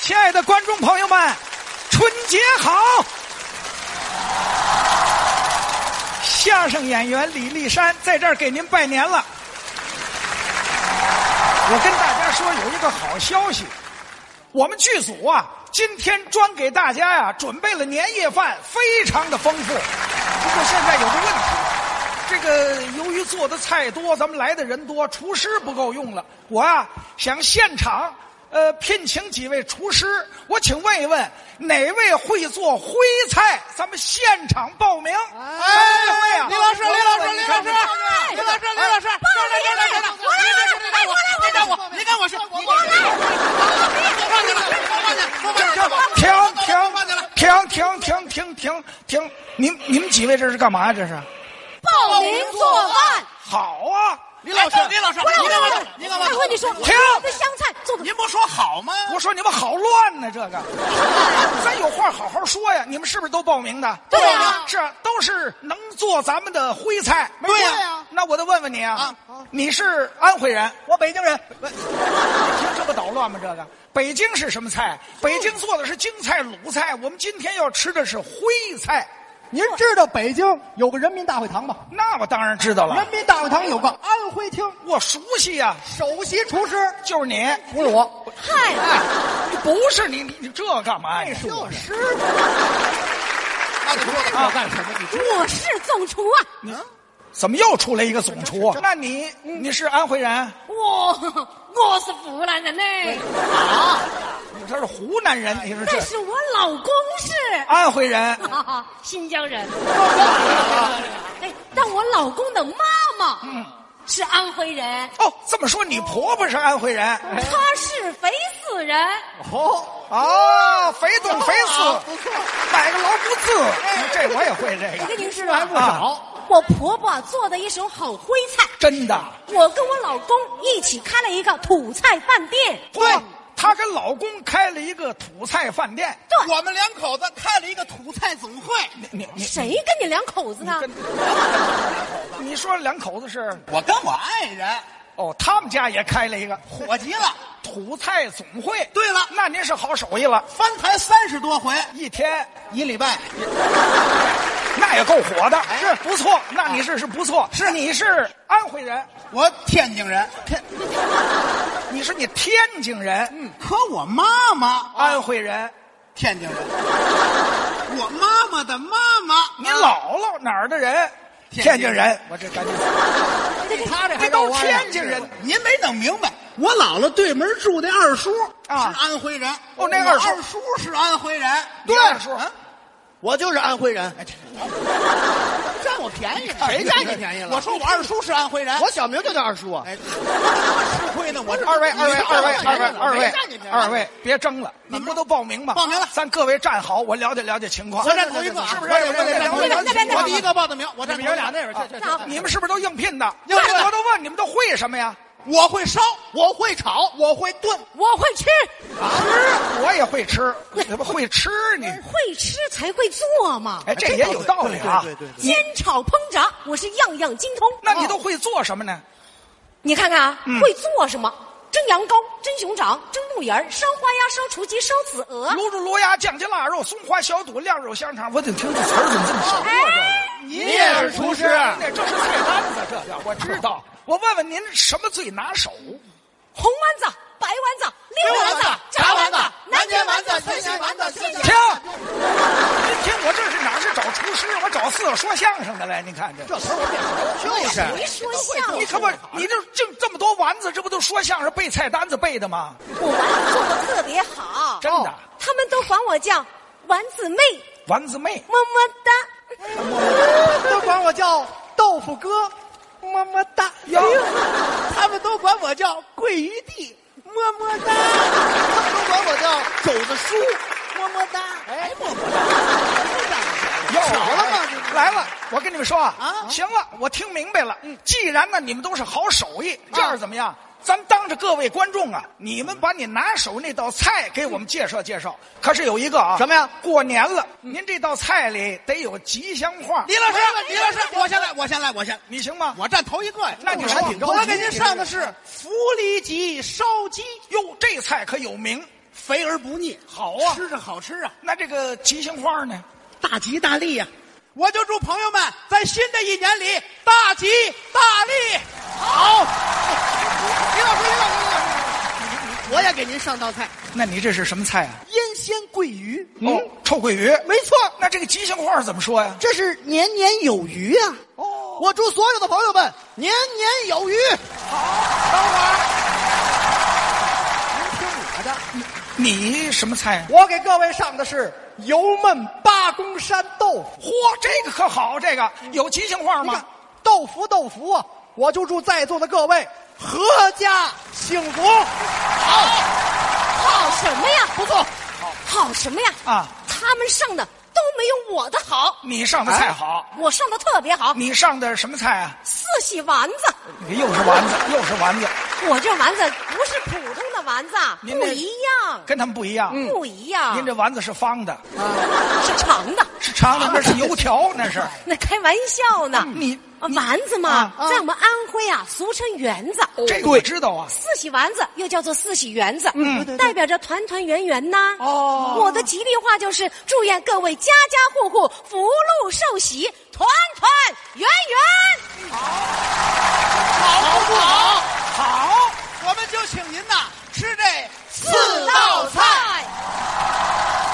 亲爱的观众朋友们，春节好！相声演员李立山在这儿给您拜年了。我跟大家说有一个好消息，我们剧组啊，今天专给大家呀、准备了年夜饭，非常的丰富。不过现在有个问题，这个由于做的菜多，咱们来的人多，厨师不够用了。我啊想现场呃聘请几位厨师，我请问一问哪位会做徽菜？咱们现场报名。哎哎，啊，哎李老师，李老师，你李看老师，你看李老师，哎李老师，报名等等等等，我来我我来我来你哎看我，你看我，我来，我放下了，我放停下了，停我放下了，停停停停停停！您您们几位这是干嘛呀？这是报名做饭。好啊！李老师，哎李老师，你看我，你看我，我跟你哎说，停这香菜做的您不说好吗？我说你们好乱呢、这个，咱有话好好说呀！你们是不是都报名的？对呀啊，是啊都是能做咱们的徽菜，没对呀错那我得问问你啊啊，你是安徽人，我北京人，你听这不捣乱吗？这个北京是什么菜？北京做的是京菜、鲁菜，我们今天要吃的是徽菜，您知道北京有个人民大会堂吧？那我当然知道了人，民大会堂有个安徽厅我熟悉呀、首席厨师，就是你。不是我，菜，哎，不是你，你你这干嘛呀？是我师那你说的好干什么？我是总厨啊，怎么又出来一个总厨？那你嗯你是安徽人？我我是湖南人呢，你这是湖南人，你是但这是我老公是安徽人？哈哈哦新疆 人。哎，但我老公的妈妈是安徽人，哦，这么说你婆婆是安徽人？她是肥死人，哦，肥懂肥啊，死，不错， 哎买个老骨子，这我也会这我 个跟您说啊，啊，我婆婆做的一手好徽菜，真的。我跟我老公一起开了一个土菜饭店。对，她跟老公开了一个土菜饭店。我们两口子开了一个土菜总会，你你你谁跟你两口子啊呢？ 你说两口子是？我跟我爱人哦，他们家也开了一个火急了，土菜总会。对了那您是好手艺了，翻台三十多回，一天一礼拜，那也够火的，哎是不错。那你是是不错，啊是你是安徽人，我天津人，天，你是你天津人，嗯，啊可我妈妈安徽人，天津人，我妈妈的妈妈，你姥姥哪儿的人？天天津津人人，我这赶紧， 他这这都天津人。您没整明白，我姥姥对门住那二叔啊是安徽人，哦那二叔我叔是安徽人，对你二叔嗯我就是安徽人，占我便宜了，谁占你便宜了我说我二叔是安徽人，我小名就叫二叔啊。哎，我怎么吃亏呢？我这二位，二位，二位，你二位，二位谁占你便宜，了二位，别争了，你们不都报名吗？报名了咱各位站好，我了解了解情况。我占头一个啊，是不是？我我了解我了解那边那边那边我第一个报的名，我占头一个边去去你们是不是都应聘的？应聘的我都问你们都会什么呀？我会烧，我会炒，我会炖，我会吃，吃， 我也会吃，你怎么会吃你？会吃才会做嘛。哎，这也有道理啊。对对对煎炒烹炸，我是样样精通。那你都会做什么呢？你看看啊，会做什么？蒸羊羔、蒸熊掌、蒸木鱼儿、烧花鸭、烧雏鸡、烧子鹅。卤煮卤鸭、酱鸡腊肉、松花小肚、晾肉香肠。我得听这词儿怎么这么熟啊？哎，你也是厨师那这是菜单子，这叫我知道。我问问您什么最拿手？红丸子、白丸子、绿丸子、炸丸子、南煎丸子、汾水丸子、鲜停！您听我这是哪是找厨师？我找四个说相声的来。您看这，这词儿我面熟，就是没说相你可声，不，你这净这么多丸子，这不都说相声背菜单子背的吗？我丸子做的特别好，真的，他们都管我叫丸子妹，丸子妹。么么哒。都管我叫豆腐哥，么么哒。哟，他们都管我叫桂鱼弟，么么哒。他们都管我叫肘子叔，么么哒。哎，么么哒，哟，巧了吗这来了，我跟你们说啊，啊嗯行了，我听明白了。既然呢，你们都是好手艺，啊这样怎么样？咱当着各位观众啊，你们把你拿手那道菜给我们介绍介绍。可是有一个啊，什么呀嗯过年了，您这道菜里得有吉祥话，李老师，李老师，我先来，我先来，我先，你行吗？我占头一个呀。那你说还挺高级我给您上的是福里脊烧鸡，哟，这菜可有名，肥而不腻，好啊吃着好吃啊，那这个吉祥话呢？大吉大利呀、我就祝朋友们在新的一年里大吉大利。好，李老师，李老师，李老师，我也给您上道菜，那你这是什么菜啊？腌鲜桂鱼。哦，臭鳜鱼。嗯没错，那这个吉祥话怎么说呀？这是年年有余啊。哦，我祝所有的朋友们年年有余。等会儿您听我的。你什么菜啊？我给各位上的是油焖八公山豆腐。嚯，这个可好，这个有吉祥话你看吗？，豆腐豆腐啊！我就祝在座的各位阖家幸福。好什么呀？不错，好什么呀？啊，他们上的都没有我的好，你上的菜好，我上的特别好。你上的什么菜啊？四喜丸子，你又是丸子，又是丸子，我这丸子不是普通的丸子，您不这一样，跟他们不一样。不一样。您这丸子是方的，是长的，是长的，那是油条，那是。那开玩笑呢。嗯你啊你丸子嘛啊，啊在我们安徽啊，俗称圆子。这个我知道啊。四喜丸子又叫做四喜圆子，嗯对对对代表着团团圆圆呐。哦我的吉利话就是祝愿各位家家户户福禄寿喜，团团圆圆。好不好？好，我们就请您呐吃这四道菜，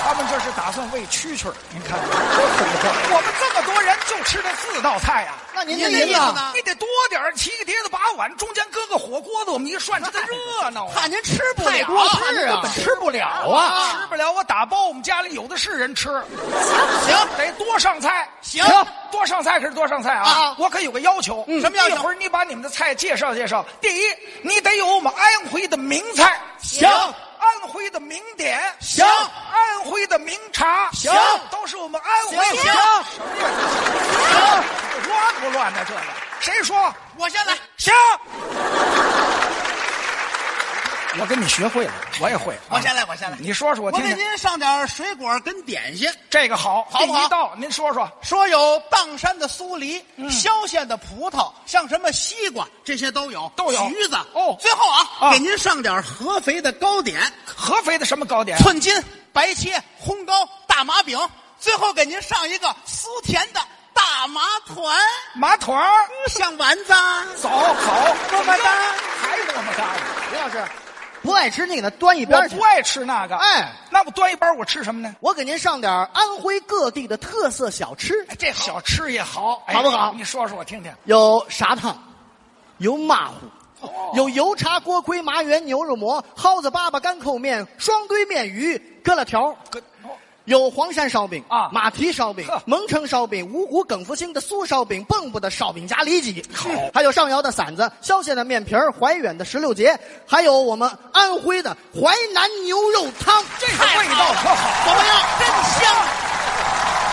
他们这是打算喂蛐蛐儿您看，多毁坏！我们这么多人就吃这四道菜啊。那您您的的意意思思呢呢？你得多点儿，七个碟子八碗，中间搁个火锅子，我们一涮，这得热闹 啊！怕您吃不太了，多怕事您根啊本，吃吃不了啊，吃不了，我打包，我们家里有的是人吃，行。得多上菜。行多上菜可是多上菜啊啊！我可有个要求，什么要求一会儿你把你们的菜介绍介绍。第一，你得有我们安徽的名菜，行安徽的名点，行安徽的名茶，行都是我们安徽行的。行乱不乱呢？这个谁说？我先来。行。 我跟你学会了，我也会。我先来啊我先来你说说我我听给听。您上点水果跟点心。这个好，好不好第一道，您说说。说有砀山的酥梨，萧县的葡萄，像什么西瓜，这些都有，都有橘子哦最后啊，啊给您上点合肥的糕点，合肥的什么糕点？寸金、白切、烘糕、大麻饼，最后给您上一个酥甜的大麻团，麻团儿。像丸子啊，走走，么哒还么哒呢？李老师，不爱吃那个呢，端一我不。爱吃那个。哎，那我端一包，我吃什么呢？我给您上点安徽各地的特色小吃，哎这小吃也好，哎好不好你说说我听听。有砂糖，有马虎，有油茶锅盔、麻圆牛肉馍、蒿子粑粑干扣面、双堆面鱼、疙瘩条，跟哦有黄山烧饼啊马蹄烧饼呵、蒙城烧饼、芜湖耿福兴的酥烧饼、蚌埠的烧饼夹里脊，好还有上饶的馓子、萧县的面皮儿、怀远的石榴节，还有我们安徽的淮南牛肉汤，哎这个味道可好，怎么样？真香！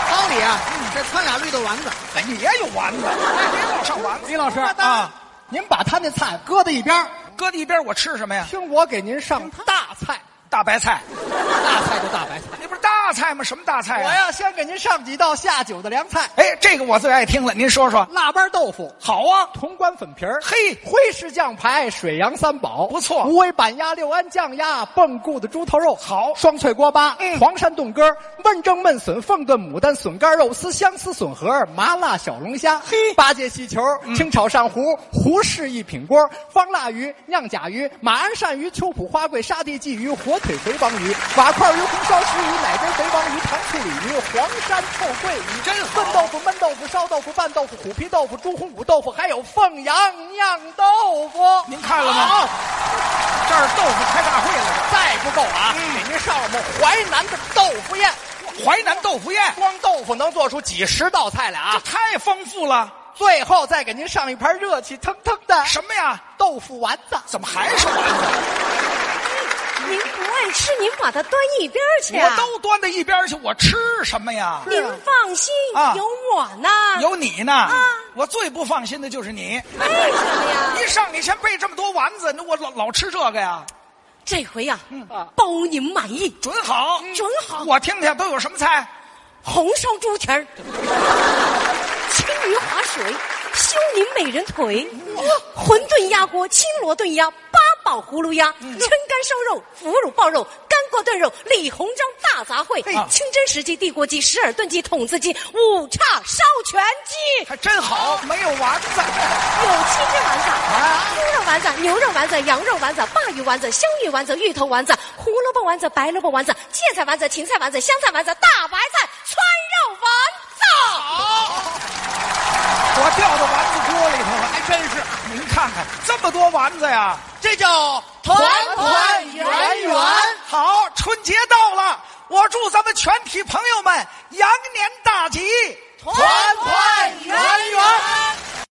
汤里啊，再掺俩绿豆丸子。哎也有丸子，哎别老上丸子。李老师啊，您把他那菜搁到一边儿，搁在一边，我吃什么呀？听我给您上大菜，大白菜，大菜就大白菜。那不是大菜吗？什么大我菜呀？要先给您上几道下酒的凉菜：哎，这个我最爱听了，您说说。腊八豆腐、好啊，潼关粉皮儿、嘿，徽式哎酱排、水杨三宝，不错无为板鸭、六安酱鸭、蚌埠的猪头肉，好双脆锅巴，嗯黄山冻鸽，焖蒸焖笋、凤炖牡丹、笋干肉丝、香丝笋盒、麻辣小龙虾，嘿，八戒细球、嗯清炒鳝糊、胡氏一品锅、方腊鱼、酿甲鱼、马鞍鳝鱼、秋浦花桂、沙地鲫鱼、火腿肥王鱼、瓦块鱼、红烧石鱼、奶汁肥王鱼、糖醋鲤鱼、黄山臭鳜鱼，真好炖豆腐、焖豆腐、烧豆腐、拌豆腐、虎皮豆腐、猪红骨豆腐，还有凤阳酿豆腐。您看了吗好这儿豆腐开大会了，再不够啊，嗯给您上我们淮南的豆腐宴，淮南豆腐宴，光豆腐能做出几十道菜来这啊！太丰富了。最后再给您上一盘热气腾腾的什么呀？豆腐丸子。怎么还是丸子？您不爱吃，您把它端一边儿去、啊我都端到一边去，我吃什么呀？您放心，啊有我呢。有你呢，啊我最不放心的就是你。为哎什么呀？一上你先备这么多丸子，那我老老吃这个呀，这回呀、嗯包您满意。准好，准好我听听都有什么菜？红烧猪蹄 儿，青鱼划水，修您美人腿，哦嗯馄饨鸭锅，青螺炖鸭，八宝葫芦鸭，抻干烧肉，腐乳爆肉，干锅炖肉、李鸿章大杂烩、嘿啊清真石鸡、帝国鸡、石尔顿鸡、筒子鸡、五叉烧全鸡，还真好，啊没有丸子。有七只丸子。啊猪肉丸子、牛肉丸子、羊肉丸子、鲅鱼丸子、香芋丸子、芋头丸子、胡萝卜丸子、白萝卜丸子、芥菜丸子、芹菜丸子、香菜丸子、大白菜、川肉丸子。我掉到丸子锅里头了。还真是，您看看这么多丸子呀！这叫团团圆圆。嗯好，春节到了，我祝咱们全体朋友们羊年大吉，团团圆